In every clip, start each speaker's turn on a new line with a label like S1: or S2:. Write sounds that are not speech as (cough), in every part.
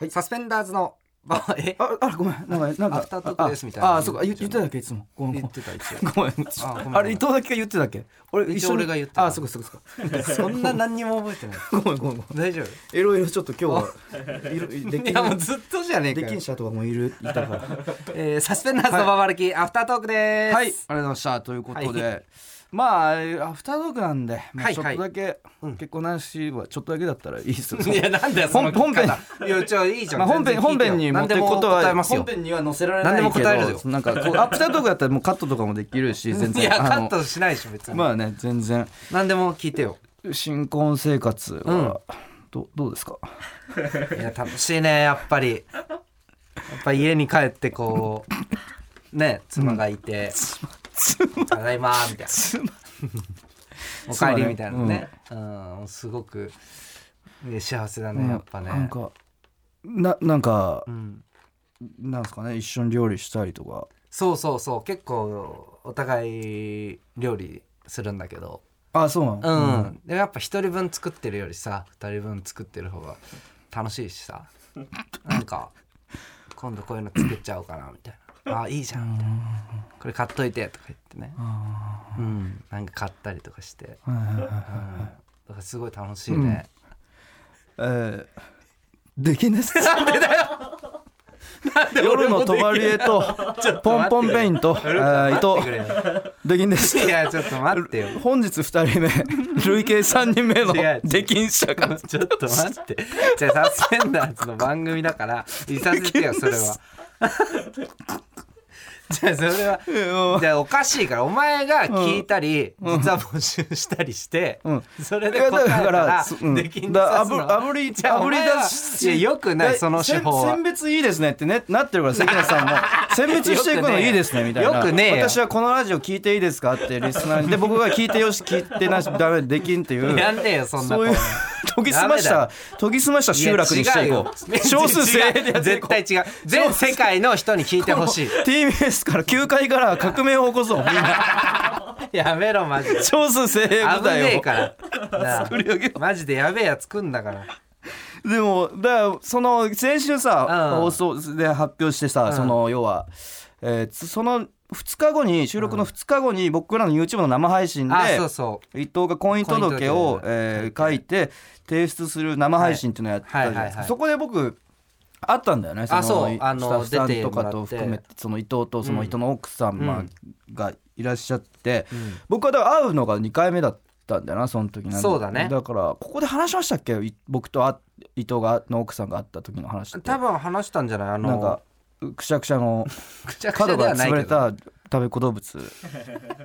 S1: はい
S2: サスペンダーズのばえ
S1: ああらごめんなんかなんか
S2: アフタートークですみたいな
S1: ああそうか言言ってたっけいつもごめん
S2: 言
S1: (laughs) ご
S2: ってた一応
S1: めん
S2: あごめんごめん
S1: あれ伊藤だけが言ってたっけ俺
S2: 一
S1: 一
S2: 応
S1: 緒
S2: 俺
S1: に
S2: が言ってた
S1: あそうかそうかそうか
S2: (laughs) そんな何にも覚えてない
S1: ごめんごめんごめん
S2: 大丈
S1: いろいろちょっと今日はいろで
S2: 夫
S1: き
S2: い
S1: ん
S2: やもうずっとじゃねえか
S1: で
S2: よ
S1: きん者とかもいるいたから
S2: えーサスペンダーズのババ歩き、アフタートークです
S1: はい、ありがとうございました。ということで、
S2: は
S1: まあ、アフタートークなんで、ま
S2: は
S1: あ、
S2: い
S1: ちょっとだけ、
S2: うん
S1: 結婚の話はちょっとだけだったらいいですよ。
S2: いやなんだよその
S1: 本本編
S2: 方いやじゃあいいじゃん、
S1: まあ、本
S2: 全然
S1: 編本
S2: 聞いてよ
S1: 編に持っていくこと
S2: 何でも答え
S1: は
S2: ますよ
S1: 本編には載せられないけど
S2: 何でも答えるよ
S1: なんかこうアフタートークだったらもうカットとかもできるし全然
S2: いや
S1: あの
S2: カットしないでしょ別に、
S1: まあね全然
S2: 何でも聞いてよ
S1: 新婚生活は、どどうですか
S2: いや楽しいねやっぱりやっぱ家に帰ってこうね妻がいて「ただいま」みたいな「おかえり」みたいなね、うんすごくいや幸せだねやっぱね、
S1: なんかななんか
S2: うん、
S1: なんですかね一緒に料理したりとか
S2: そうそうそう結構お互い料理するんだけど
S1: あそうな
S2: う
S1: の、
S2: ん、でもやっぱ一人分作ってるよりさ二人分作ってる方が楽しいしさなんか今度こういうの作っちゃおうかなみたいなあいいじゃんみたいなこれ買っといてとか言ってね、うん、なんか買ったりとかして、
S1: うんはいはいはいはい
S2: うん、だからすごい楽しいね、
S1: えー、でき
S2: (laughs)
S1: んです。なんでだよ。夜のトバリエと
S2: (laughs)
S1: ポンポンペインとえー
S2: 待ってくれ
S1: 伊
S2: よ
S1: 藤できんです。
S2: いやちょっと待ってよ
S1: 本日
S2: (laughs)
S1: 二人目、累計三人目の
S2: 違う違う
S1: 出禁者
S2: (laughs)
S1: が。
S2: ちょっと待ってじゃあサスペンダーズの番組だからいさせてよそれ (laughs) はじゃあそれは (laughs) じゃあおかしいからお前が聞いたり、実は募集したりして、
S1: うん
S2: それで答えたら
S1: うん
S2: できん
S1: だ
S2: さ
S1: あ
S2: す
S1: ぶ
S2: の
S1: 炙り
S2: じゃあお
S1: 炙り
S2: 前は
S1: 出し
S2: いやよくないその手法
S1: せん
S2: は
S1: 選別いいですねってねなってるから関根さ
S2: (laughs)
S1: んも選別していくのいいですねみたいな
S2: よくねえよ
S1: 私はこのラジオ聞いていいですかってリスナーにで僕が聞いてよし聞いてなしダメできんっていう
S2: やんねえよそんな
S1: そう
S2: こ
S1: いう
S2: と
S1: 研ぎ澄まし
S2: ダメ
S1: た研ぎ澄ました集落にしていこう (laughs) 少数精鋭でやってい
S2: 絶
S1: こ (laughs)
S2: 対違う全世界の人に聞いてほしいう
S1: TBS から9階から革命を起こそうみんな
S2: やめろマジで
S1: 少数精鋭部
S2: 危ね
S1: 隊
S2: え
S1: を
S2: からなあ
S1: 作り上げよ
S2: マジでやべえやつくんだから
S1: うでもだからその先週さ
S2: うん
S1: 放送で発表してさ
S2: ん
S1: その要はえーつその2日後に収録の2日後に僕らの YouTube の生配信で
S2: あそうそう
S1: 伊藤が婚姻届を
S2: 婚姻届、
S1: えー書いて提出する生配信っていうのをやってたじゃない
S2: はいは
S1: です
S2: いはい
S1: かそこで僕あったんだよね
S2: あ
S1: の
S2: そうあの
S1: スタッフさんとかと
S2: 出てもらって
S1: 含めてその伊藤とその伊藤の奥
S2: う
S1: 様
S2: ん
S1: がいらっしゃって、
S2: ん
S1: 僕はだから会うのが2回目だったんだよなその時なんで
S2: そうだね
S1: だからここで話しましたっけい僕とあ伊藤がの奥さんが会った時の話って
S2: 多分話したんじゃないあの
S1: なんかくしゃくしゃの
S2: (laughs) くちゃくちゃ
S1: 角
S2: では
S1: が
S2: ない
S1: 潰
S2: け
S1: れ
S2: ど
S1: た食べ子動物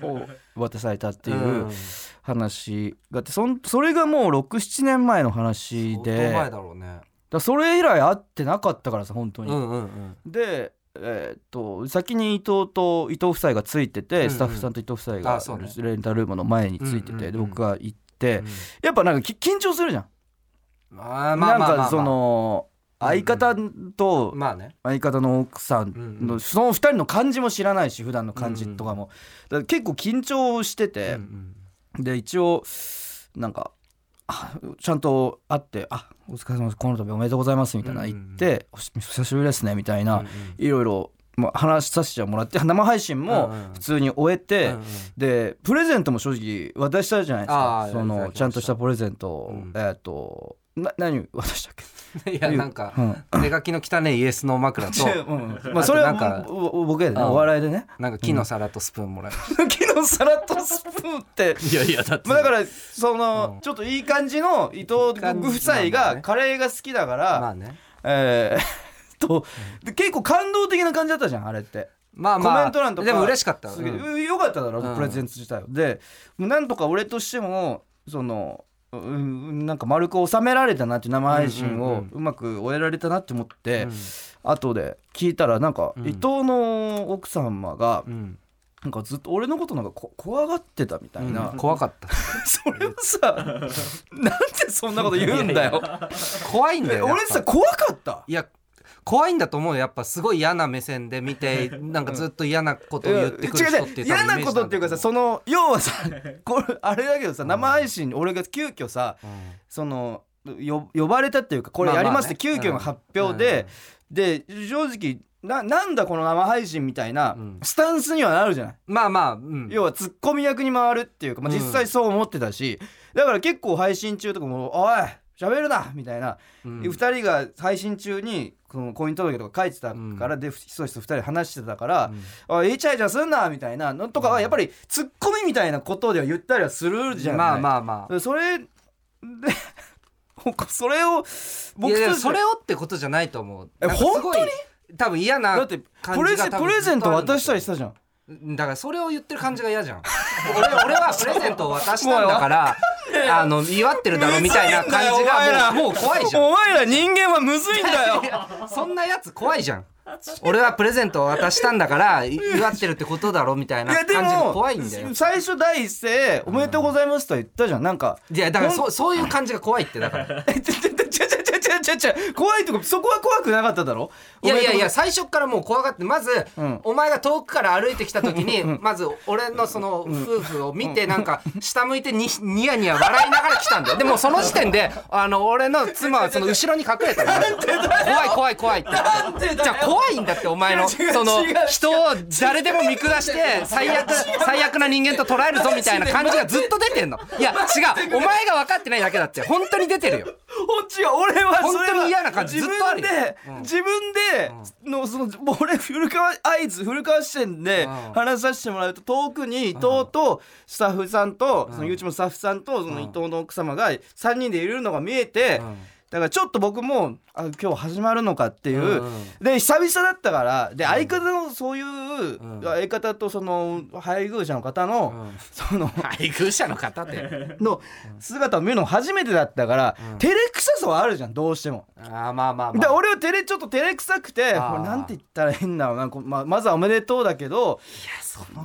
S1: を渡されたっていううん話があってそんそれがもう67年前の話
S2: 相
S1: で
S2: 当前
S1: だか
S2: だろうね
S1: らそれ以来会ってなかったからさ本当に。
S2: うんうんうん
S1: で、えーっと先に伊藤と伊藤夫妻がついてて、
S2: うんうん
S1: スタッフさんと伊藤夫妻が
S2: あそうね
S1: レンタルームの前についてて、
S2: うんうんうん
S1: で僕が行って、
S2: うん
S1: やっぱなんかき緊張するじゃん。
S2: まあまあまあまあ
S1: なんかその相方と
S2: まあね
S1: 相方の奥さん
S2: うんう
S1: の
S2: ん
S1: その2人の感じも知らないし普段の感じとかも、だから結構緊張してて、
S2: うん
S1: で一応なんかあちゃんと会って「あお疲れ様ですこの度おめでとうございます」みたいな
S2: うんうん
S1: 言っ
S2: うん
S1: て、おし久しぶりですね」みたい
S2: うん
S1: な、いろいろ、まあ、話させてもらって生配信も
S2: うんうん
S1: 普通に終えて、
S2: うんうん
S1: でプレゼントも正直渡したじゃないで
S2: あ
S1: すか
S2: ーい
S1: そ
S2: ただき
S1: の
S2: ました
S1: ちゃんとしたプレゼントを、
S2: うん
S1: えっ、とな何渡したっけ
S2: いやなんか
S1: うん
S2: 手書きの汚いイエスの枕と
S1: うんまあ、それは
S2: あとなんか
S1: ぼぼ僕やでね、
S2: うん
S1: お笑いでね
S2: なんか木の皿とスプーンもらいまし
S1: 昨日皿とスプーンって
S2: たいやいやだっ
S1: まあ、だかららその、
S2: うん
S1: ちょっといい感じの
S2: い
S1: 伊藤
S2: い感じ
S1: ご夫妻
S2: まあまあね
S1: がカレーが好きだから、
S2: まあね
S1: えー (laughs) とで結構感動的な感じだったじゃんあれって、
S2: まあまあ
S1: コメント欄とか
S2: でも嬉しかった
S1: すげえ
S2: うん
S1: よかっただろ
S2: うん
S1: プレゼンツ自体は、でもうなんとか俺としてもそのうんなんか丸く収められたなっていう生配信
S2: うんうん
S1: を
S2: うん
S1: うまく終えられたなって思って、
S2: うん
S1: 後で聞いたらなんか
S2: うん
S1: 伊藤の奥様が
S2: うん
S1: なんかずっと俺のことなんかこ怖がってたみたいな、
S2: うん怖かった
S1: (laughs) それをさなんでそんなこと言うんだよ
S2: 怖いんだ
S1: え
S2: よ
S1: 俺
S2: やっぱ
S1: さ怖かった
S2: いや怖いんだと思うよやっぱすごい嫌な目線で見て
S1: (laughs)
S2: なんかずっと嫌なことを言ってくる人って
S1: いや違う違う嫌なことっていうかさそ
S2: (laughs)
S1: の要はさこれあれだけどさ生配信俺が急遽さ
S2: の
S1: そのよ呼ばれたっていうかこれやりますって
S2: まあまあね
S1: 急遽の発表で、で正直ななんだこの生配信みたいな
S2: うん
S1: スタンスにはなるじゃない、
S2: まあまあ、うん、
S1: 要はツッコミ役に回るっていうか、まあ、
S2: うん
S1: 実際そう思ってたし、だから結構配信中とかも「おい喋るな!」みたいな、
S2: うん
S1: で二2人が配信中にこの婚姻届とか書いてたから、でひそひそ2人話してたから「あイチャイチャすんな!」みたいなのとかはやっぱりツッコミみたいなことでは言ったりはするじゃない。
S2: まあまあまあ。
S1: それで (laughs) それを僕
S2: いやい
S1: と
S2: や
S1: して
S2: それをってことじゃないと思う。
S1: え
S2: なんかすごい
S1: 本
S2: 多分嫌な
S1: だ
S2: 感
S1: って
S2: じが
S1: プレゼンプレゼント渡したりしたたじゃん
S2: だからそれを言ってる感じが嫌じゃん俺俺はプレゼントを渡したんだ
S1: (laughs)
S2: からあの祝ってるだろみたいな感じが
S1: (laughs)
S2: もうもう怖いじゃん
S1: お前ら人間はむずいん
S2: (laughs)
S1: だよ
S2: そんなやつ怖いじゃん俺はプレゼントを渡したんだからい祝ってるってことだろみたい
S1: い
S2: な
S1: や
S2: 感じが
S1: でも
S2: 怖いんだよ
S1: 最初第一声「おめでとうございます」とは言ったじゃんなんか
S2: いやだから
S1: ほん
S2: そうそういう感じが怖いってだから
S1: えちょちょちょちょちょちょちょちょ怖いとこそこは怖くなかっただろ
S2: いやいやい
S1: おめでとうござ
S2: や最初からもう怖がってまず、
S1: うん
S2: お前が遠くから歩いてきた時にまず俺のその夫婦を見てなんか下向いてにニヤニヤ笑いながら来たんだよでもその時点であの俺の妻はその後ろに隠れたの怖い怖い怖いって
S1: んでだよ
S2: じゃあ怖いんだってお前の
S1: 違う違う
S2: その
S1: 違う
S2: 人を誰でも見下して最悪最悪な人間と捉えるぞみたいな感じがずっと出てんのいや違うお前が分かってないだけだって本当に出てるよ
S1: ほん違う俺はそれは
S2: 本当に嫌な感じ
S1: 自
S2: ずっとあ
S1: 分
S2: る
S1: で
S2: よ
S1: 自分でのその俺古川会津古川支店で
S2: うん
S1: 話させてもらうと遠くに伊藤とスタッフさんとその YouTube のスタッフさんとその伊藤の奥様が3人でいるのが見えて
S2: ん
S1: だからちょっと僕もあ今日始まるのかっていう、
S2: うんうん
S1: で久々だったからで相方のそういう、
S2: ん
S1: 相方とその配偶者の方の、
S2: うん (laughs)
S1: その
S2: 配偶者の方っ
S1: (laughs)
S2: て
S1: の姿を見るの初めてだったから、照れくささはあるじゃんどうしても。
S2: ああまあまあま
S1: で
S2: あ
S1: 俺は照れちょっと照れくさくて
S2: あー
S1: これなんて言ったらいいんだろうなこうままずはおめでとうだけど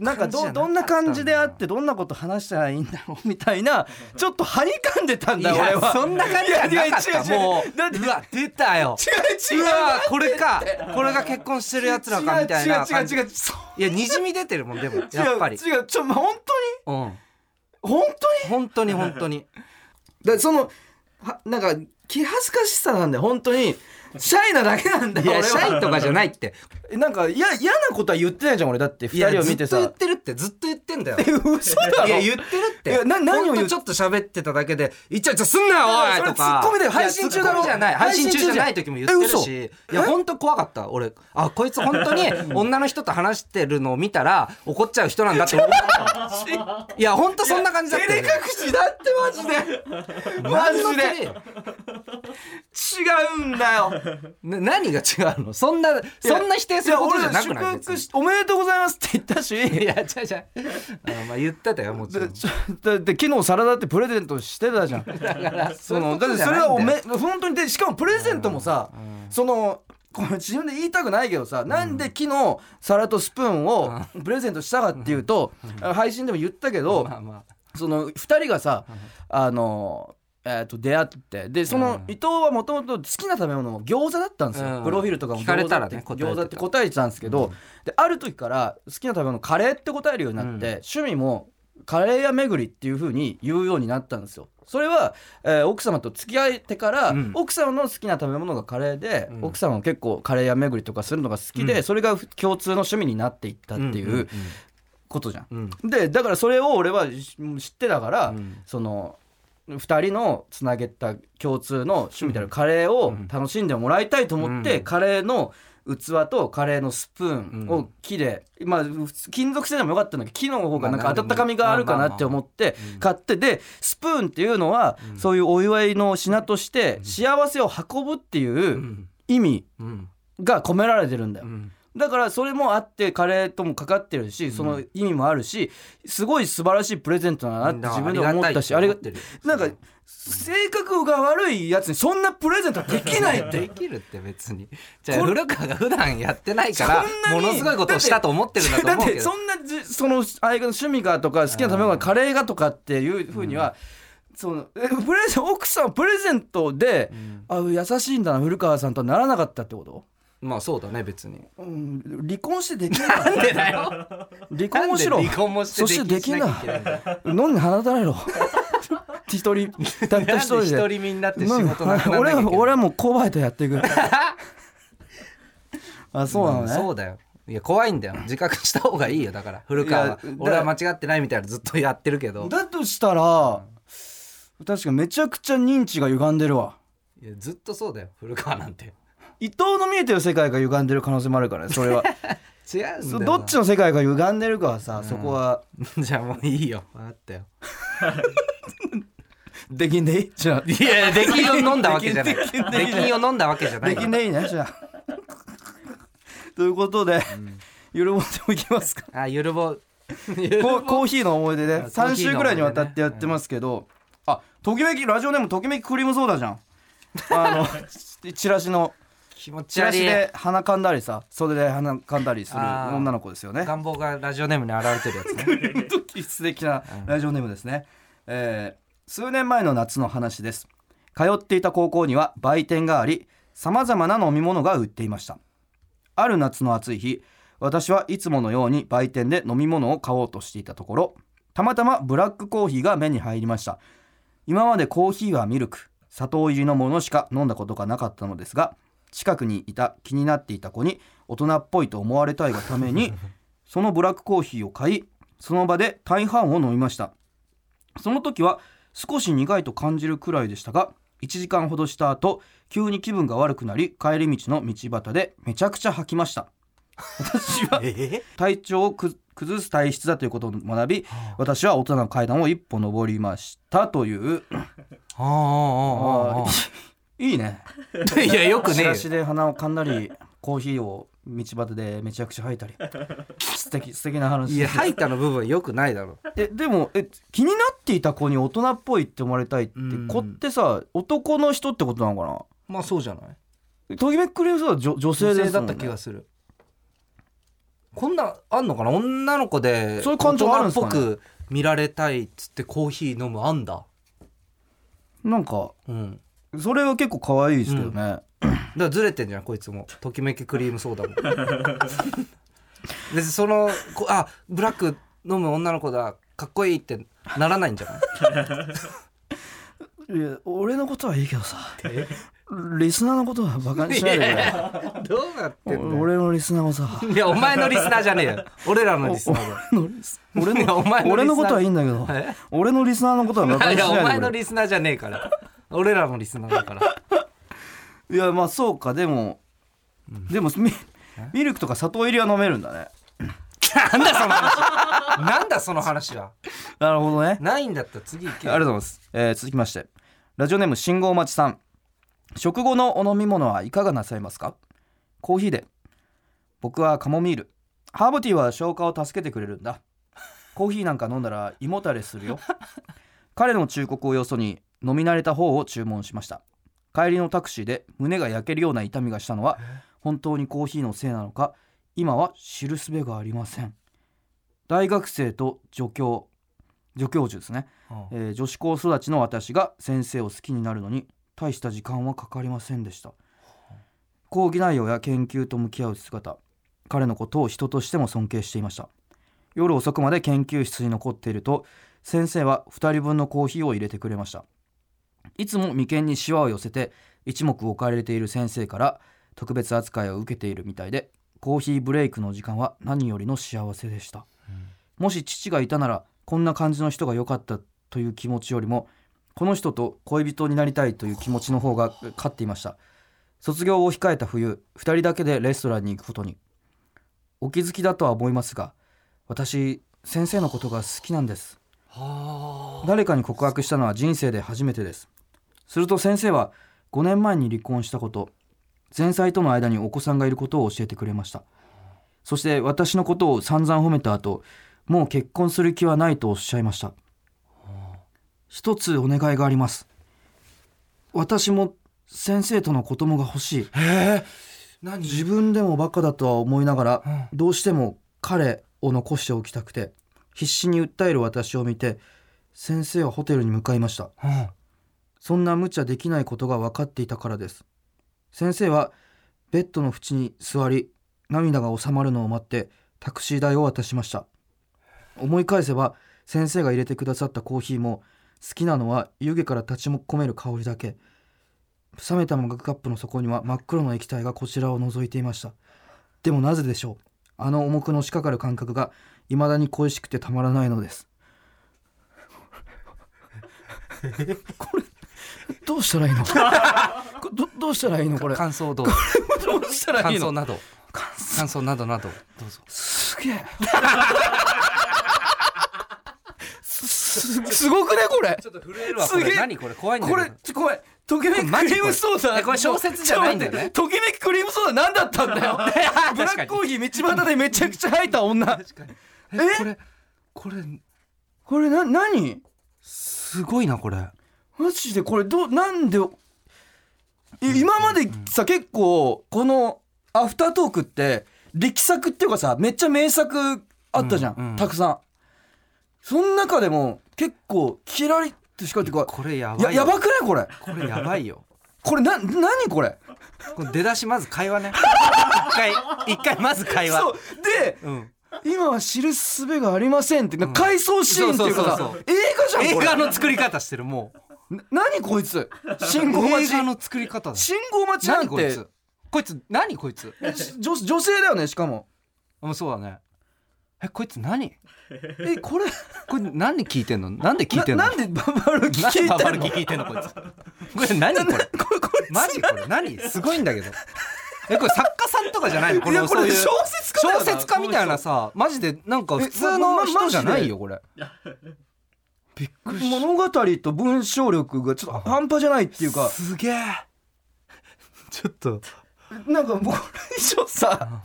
S1: なんかどどんな感じであってどんなこと話したらいいんだろうみたいなちょっとはにかんでたん
S2: い
S1: だ俺
S2: や
S1: は
S2: そんな感じじゃ
S1: いやい
S2: なかっ
S1: や
S2: た
S1: 違う違う
S2: も
S1: だって
S2: ううわ出たよ
S1: 違う違
S2: う
S1: う
S2: わこれかこれが結婚してるやつらかみたいな
S1: 違う違
S2: 感
S1: う
S2: じ
S1: 違う違うそう
S2: いやにじみ出てるもんでも
S1: 違う
S2: やっぱり
S1: 違うちょま
S2: う
S1: 本
S2: ん
S1: 当に本当に
S2: 本当に本当に
S1: だそのはなんか気恥ずかしさなんだよ本当にシャイなだけなんだ
S2: い
S1: よ俺
S2: や
S1: は
S2: シャイとかじゃないって
S1: えなんかいや嫌なことは言ってないじゃん俺だって
S2: い
S1: 二
S2: や
S1: 人を
S2: ず
S1: 見
S2: ってと
S1: さ
S2: 言ってるってずっと言ってんだよ
S1: え嘘だろ
S2: いや言ってるって
S1: いやな何を言う
S2: ほんとちょっと喋ってただけで「いっちゃいっちゃすんなよおい!」
S1: それ
S2: とか
S1: ツッコミだよ配信中だろ
S2: いやツッコミじゃない配信中じゃない時も言ってる
S1: 配信
S2: し
S1: 中じ
S2: いや本当怖かった俺あこいつ本当
S1: (laughs)
S2: に女の人と話してるのを見たら怒っちゃう人なんだって思ったいや本当そんな感じだっ
S1: 照
S2: た
S1: れ
S2: よ
S1: 隠
S2: ね
S1: しだってマジでマ
S2: 何の
S1: ジ
S2: 照れ
S1: で
S2: よ
S1: 違うんだよ
S2: な何が違うのそんなそんな否定することじゃなく
S1: いや
S2: ない
S1: 俺祝
S2: 別
S1: 福
S2: に
S1: しおめでとうございますって言ったし
S2: いや違う違うあまあ言ってたよもちろ
S1: で
S2: ん
S1: ちょだって昨日サラダってプレゼントしてたじ
S2: (laughs)
S1: ゃんそのだ
S2: そう
S1: っ
S2: いうこと
S1: て
S2: じゃ
S1: それ
S2: ないんだよ
S1: はおめ本当にでしかもプレゼントもさ、そのこれ自分で言いたくないけどさ、なんで昨日皿とスプーンをプレゼントしたかっていうと、配信でも言ったけど、
S2: まあまあ
S1: その2人がさ、あのえー、と出会ってでその
S2: うん
S1: 伊藤はもともと好きな食べ物も餃子だったんですよ、
S2: うん
S1: プロフィールとかも
S2: 聞かれたらね
S1: 餃子
S2: 答えてた
S1: って餃子って答えてたんですけど、である時から好きな食べ物カレーって答えるようになって、趣味もカレー屋巡りっていう風に言うようになったんですよそれは、えー奥様と付き合えてから、
S2: うん
S1: 奥様の好きな食べ物がカレーで、
S2: うん
S1: 奥様も結構カレー屋巡りとかするのが好きで、
S2: うん
S1: それが共通の趣味になっていったっていうことじゃん
S2: うんうんうん
S1: でだからそれを俺はし知ってたから、
S2: うん
S1: その2人のつなげた共通の趣味であるカレーを
S2: ん
S1: 楽しんでもらいたいと思って、
S2: うん
S1: カレーの器とカレーのスプーン
S2: う
S1: を
S2: ん
S1: 木で、まあ普通金属製でもよかったんだけど木の方がなん
S2: ま
S1: か
S2: あ
S1: 温かみがあるかなって思って
S2: うん
S1: 買ってでスプーンっていうのは、そういうお祝いの品として幸せを運ぶって
S2: う
S1: いうん意味
S2: うん
S1: が込められてるんだよ
S2: う。ん
S1: だからそれもあってカレーともかかってるしその意味もあるしすごい素晴らしいプレゼントだなって自分で思ったしあれがなんか性格が悪いやつにそんなプレゼントはでき (laughs) ないっ
S2: で
S1: て
S2: きるって別にじゃあ古川が普段やってないから
S1: そんな
S2: も
S1: に
S2: のすごいことをしたと思ってるんだ
S1: だっ
S2: と思うけ
S1: て
S2: ど
S1: そんなじその相手の趣味がとか好きな食べ物がカレーがとかっていうふうには、そのえプレゼン奥さんはプレゼントで、あ優しいんだな古川さんとはならなかったってこと
S2: まあそうだね別に
S1: うん、離婚してでき (laughs) ないなんでだよ離婚をしろ
S2: なんで離婚もして
S1: そしてでき
S2: なきゃいけな
S1: な
S2: いんだよ
S1: い飲んで放たれろ一人たった一人で
S2: 一人身になって仕事なくならなきゃいけない
S1: 俺は俺はもうコバエとやって
S2: (laughs)
S1: いくあそうなの
S2: ん
S1: ね、
S2: そうだよいや怖いんだよ自覚した方がいいよだから古川はい
S1: やだ
S2: 俺は間違ってないみたいなのずっとやってるけど
S1: だとしたら確かめちゃくちゃ認知が歪んでるわ
S2: いやずっとそうだよ古川なんて
S1: 伊藤の見えてる世界が歪んでる可能性もあるからね
S2: (laughs)
S1: それは
S2: 違うんだよ
S1: そ
S2: な
S1: どっちの世界が歪んでるかはさ、そこは
S2: (laughs) じゃあもういいよ分かったよ
S1: できんでいいじゃ
S2: いや出禁を飲んだわけじゃない
S1: 出
S2: 出
S1: 禁でいい
S2: 禁を飲んだわけじゃ
S1: あ
S2: ない
S1: できんでいいねじゃ
S2: (laughs)
S1: あということで、ゆるもんでもいきますか
S2: あゆるぼ
S1: コ
S2: (laughs)
S1: ーコーヒーの思い出で
S2: あ
S1: 3週ぐらいにわたっ
S2: コーヒーの思い出ね
S1: てやってますけど、あときめきラジオネームときめきクリームソーダじゃんあ
S2: (laughs)
S1: のチラシの
S2: 気持ち
S1: チラ
S2: 悪
S1: シ
S2: い
S1: で鼻かんだりさ袖で鼻かんだりする
S2: あー
S1: 女の子ですよね
S2: 願望がラジオネームに現れてるやつね
S1: (laughs) 気質的なラジオネームですね、えー数年前の夏の話です通っていた高校には売店があり様々な飲み物が売っていましたある夏の暑い日私はいつものように売店で飲み物を買おうとしていたところたまたまブラックコーヒーが目に入りました今までコーヒーはミルク砂糖入りのものしか飲んだことがなかったのですが近くにいた気になっていた子に大人っぽいと思われたいがためにそのブラックコーヒーを買いその場で大半を飲みましたその時は少し苦いと感じるくらいでしたが1時間ほどした後急に気分が悪くなり帰り道の道端でめちゃくちゃ吐きました私は
S2: (laughs) え
S1: 体調をく崩す体質だということを学び私は大人の階段を一歩上りましたという
S2: あああああ
S1: いいね
S2: あいやよくね
S1: チ
S2: えよ
S1: ラシで鼻をかんだりコーヒーを道端でめちゃくちゃ吐いたり素敵素敵な話
S2: いや吐いたの部分よくないだろ
S1: えでもえ気になっていた子に大人っぽいって思われたいって
S2: うん
S1: 子ってさ男の人ってことなのか
S2: まあそうじゃない
S1: なときめくクリームソーダ女女性
S2: 女
S1: で
S2: 性
S1: す
S2: だ
S1: もん、
S2: っ
S1: ね、
S2: た気がするこんなあんのかな女の子で
S1: そういう感情あるんすかね
S2: 大人っぽく見られたいっつってコーヒー飲むあんだ
S1: なんか
S2: うん
S1: それは結構可愛いですけどね、
S2: だからずれてんじゃんこいつもときめきクリームソーダも別にそのこあブラック飲む女の子だかっこいいってならないんじゃない
S1: いや俺のことはいいけどさリスナーのことはバカにしないでくれ
S2: (laughs) どうなってんだよ
S1: (laughs) 俺のリスナーもさ
S2: (laughs) いやお前のリスナーじゃねえよ俺らのリスナー
S1: (laughs)
S2: だよ
S1: 俺のリス俺
S2: いやお
S1: の
S2: 前のリスナー
S1: 俺のことはいいんだけど
S2: え
S1: 俺のリスナーのことはバカ
S2: い
S1: にし
S2: やお
S1: な
S2: 前
S1: い
S2: の
S1: でくれ
S2: リスナーじゃねえから俺らのリスナーだから
S1: いやまあそうかでも、でもミミルクとか砂糖入りは飲めるんだね
S2: なんだその話なんだその話は
S1: なるほどね
S2: ないんだったら次行
S1: あ
S2: け
S1: りがとうございます、えー続きましてラジオネーム信号待ちさん食後のお飲み物はいかがなさいますかコーヒーで僕はカモミールハーブティーは消化を助けてくれるんだコーヒーなんか飲んだら胃もたれするよ彼の忠告をよそに飲み慣れた方を注文しました帰りのタクシーで胸が焼けるような痛みがしたのは本当にコーヒーのせいなのか今は知るすべがありません大学生と助教助教授ですね
S2: うん
S1: えー女子高育ちの私が先生を好きになるのに大した時間はかかりませんでした講義内容や研究と向き合う姿彼のことを人としても尊敬していました夜遅くまで研究室に残っていると先生は2人分のコーヒーを入れてくれましたいつも眉間にシワを寄せて一目置かれている先生から特別扱いを受けているみたいでコーヒーブレイクの時間は何よりの幸せでしたもし父がいたならこんな感じの人が良かったという気持ちよりもこの人と恋人になりたいという気持ちの方が勝っていました卒業を控えた冬2人だけでレストランに行くことにお気づきだとは思いますが私先生のことが好きなんです
S2: は
S1: 誰かに告白したのは人生で初めてですすると先生は5年前に離婚したこと前妻との間にお子さんがいることを教えてくれましたそして私のことを散々褒めた後もう結婚する気はないとおっしゃいました一つお願いがあります私も先生との子供が欲しい
S2: あえー何
S1: 自分でもバカだとは思いながら、
S2: うん
S1: どうしても彼を残しておきたくて必死に訴える私を見て先生はホテルに向かいました
S2: うん
S1: そんな無茶できないことが分かっていたからです先生はベッドの縁に座り涙が収まるのを待ってタクシー代を渡しました思い返せば先生が入れてくださったコーヒーもきなのは湯気から立ち込める香りだけ冷めたマグカップの底には真っ黒の液体がこちらを覗いていましたでもなぜでしょうあの重くのしかかる感覚が未だに恋しくてたまらないのですこれどうしたらいいの (laughs) これどどうしたらいいのこれ
S2: 感想どう
S1: どうしたらい
S2: 感
S1: いの
S2: 想など感想などなどどうぞ
S1: すげ
S2: (laughs)
S1: えすすすごくねこれ
S2: ちょっと震えるわ
S1: す
S2: こ
S1: げえ
S2: れ何これ怖いんだけ
S1: こ
S2: ど
S1: れちょ怖いときめき
S2: これマ
S1: ク
S2: ジ
S1: リームソー
S2: これ
S1: ダ
S2: えこれ小説じゃないんだよね
S1: ちょっと待ってときめきクリームソーダ何だったん
S2: (laughs)
S1: だよブラックコーヒー道端でめちゃくちゃ入った女
S2: 確かに
S1: え
S2: えこれこれ
S1: これな何
S2: すごいなこれ
S1: マジでこれどうなんでえ今までさ結構このアフタートークって力作っていうかさめっちゃ名作あったじゃん、
S2: うんうん
S1: たくさんその中でも結構キラリッと光ってこ
S2: これやば
S1: う
S2: い
S1: や
S2: よ
S1: やばくないこれ
S2: これやばいよ
S1: これな何これ
S2: この出だしまず会話ね一回一回まず会話
S1: そうで
S2: うん
S1: 今は知る術がありませんってなんか回想シーンっていうかさ、
S2: そうそうそう
S1: 映画じゃ
S2: 映
S1: んこれ
S2: 画の作り方してるもう
S1: な何こいつ信号
S2: 映
S1: 待ち
S2: 画の作り方だ
S1: 信号待ちな
S2: 何
S1: ん
S2: こい
S1: て
S2: つこいつ何こいつ
S1: 女女性だよねしかも
S2: もうそうだねえこいつ何
S1: えこれ
S2: これ何で聞いてんのなんで聞いてんの
S1: ななんでババルキ
S2: な
S1: 聞い
S2: バ
S1: た
S2: バル
S1: の
S2: キ聞いてんのこいつこれ何これ
S1: これこれ
S2: マジこれ何すごいんだけどえこれ作家さんとかじゃないのこ
S1: いや
S2: の
S1: こ
S2: そう
S1: れ
S2: いう
S1: 小説家だよ
S2: 小
S1: な
S2: 説家みたいなさマジでなんか普通の人じゃないよこれびっくりし
S1: 物語と文章力がちょっと半端じゃないっていう
S2: た
S1: か
S2: すげえちょっと
S1: なんかもうこれ以上さ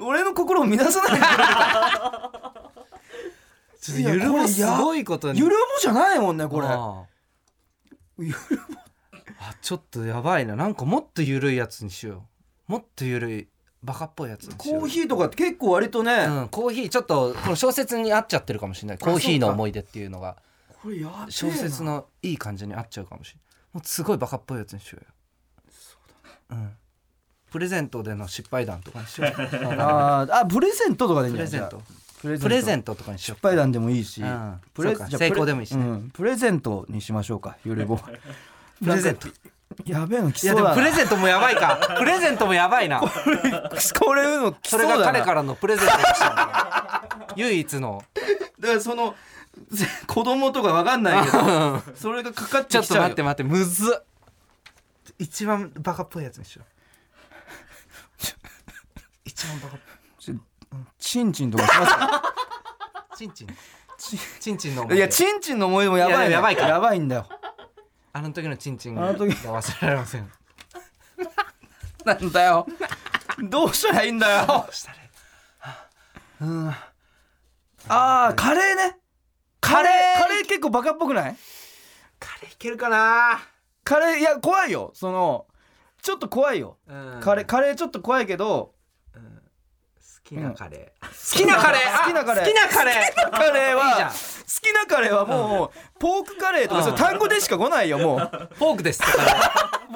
S1: 俺の心を乱さないでくれる
S2: ちょっとゆるもすごいことに
S1: ゆるもじゃないもんねこれ
S2: ああ
S1: ゆる
S2: あちょっとやばいななんかもっとゆるいやつにしようもっとゆるいバカっぽいやつにしよう
S1: コーヒーとかって結構割とね
S2: うん、コーヒーちょっとこの小説に合っちゃってるかもしれないコーヒーの思い出っていうのが
S1: これやべえな
S2: 小説のいい感じに合っちゃうかもしれないもうすごいバカっぽいやつにしようようん、プレゼントでの失敗談とかにしよ (laughs) うよ
S1: あーあプレゼントとかでいいん
S2: プ
S1: じ
S2: レ
S1: ゃない
S2: ゼント
S1: プレ
S2: プレゼ
S1: ント
S2: ントとかにしよ
S1: 失敗談でもいいし
S2: うん
S1: プレ
S2: そうか
S1: じゃあ
S2: 成功でもいいしね
S1: うんプレゼントにしましょうかゆ
S2: (laughs)
S1: るぼ
S2: うプレゼントい
S1: やべえの来そ
S2: や
S1: う
S2: で
S1: だ
S2: も
S1: な
S2: プレゼントもやばいかプレゼントもやばい (laughs) な
S1: (laughs) これの
S2: そ
S1: 来そう
S2: れ
S1: だな
S2: が彼からのプレゼントでしたんだよ唯一 (laughs) の
S1: だからその (laughs) ぜ子供とかわかんないけどそれがかかっ
S2: ち
S1: て
S2: ょ
S1: き
S2: っ
S1: ち
S2: と
S1: ゃう
S2: 待
S1: よ
S2: って待ってむずっ一番バカっぽいやつにしよう (laughs) 一番バカっ
S1: ちんちんとかしますか
S2: ぽいチンチンチンチン (laughs) の思い
S1: い
S2: 出
S1: やちんちんの思い出もやばい
S2: いや
S1: ね
S2: やばいか
S1: やばいんだよ
S2: あの時のチンチン
S1: あの時
S2: が忘れられません
S1: (laughs) なんだよどうしたらいいんだよ
S2: したらいい
S1: あーカレーねカレー
S2: カレー
S1: カレー結構バカっぽくない
S2: カレーいけるかな
S1: カレーいや怖いよそのちょっと怖いよ
S2: うん
S1: カレーカレーちょっと怖いけど
S2: 好きなカレー好
S1: きなカレー
S2: 好きなカレー好きなカレー
S1: カレー
S2: いいじゃ
S1: は
S2: ん
S1: 好きなカレーはもうポークカレーとか
S2: うん
S1: そういう単語でしか来ないよもう
S2: フォークです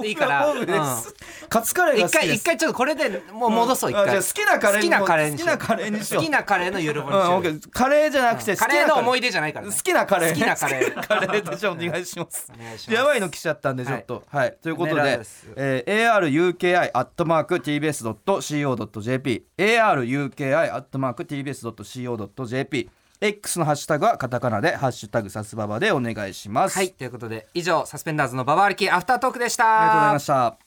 S2: いいから
S1: 僕はポークですカツカレー
S2: 一
S1: が好き
S2: 回
S1: です
S2: 一回ちょっとこれでもう戻そう一
S1: あじゃ
S2: 回
S1: あ好きなカレーに
S2: 好きなカレーに
S1: 好
S2: し
S1: き
S2: よう
S1: なカレーにしよ
S2: 好きなカレーのゆ
S1: う
S2: るぼ
S1: う
S2: に
S1: ん
S2: しよ
S1: オ
S2: う
S1: ッケーカレーじゃなくて好
S2: カ
S1: きな
S2: レーの思い
S1: 出
S2: 出じゃないから
S1: 好
S2: ね
S1: きなカレー
S2: 好きなカレー
S1: 好きなカレーでしょお願いします
S2: お願いします
S1: やばいの来ちゃったんでちょっとはい、ということ
S2: お願い
S1: で
S2: です
S1: えー aruki.tbs.co.jp aruki.tbs.co.jp X のハッシュタグはカタカナで「ハッシュタグサスババ」でお願いします、
S2: はいということで以上サスペンダーズのババ歩きアフタートークでした
S1: ありがとうございました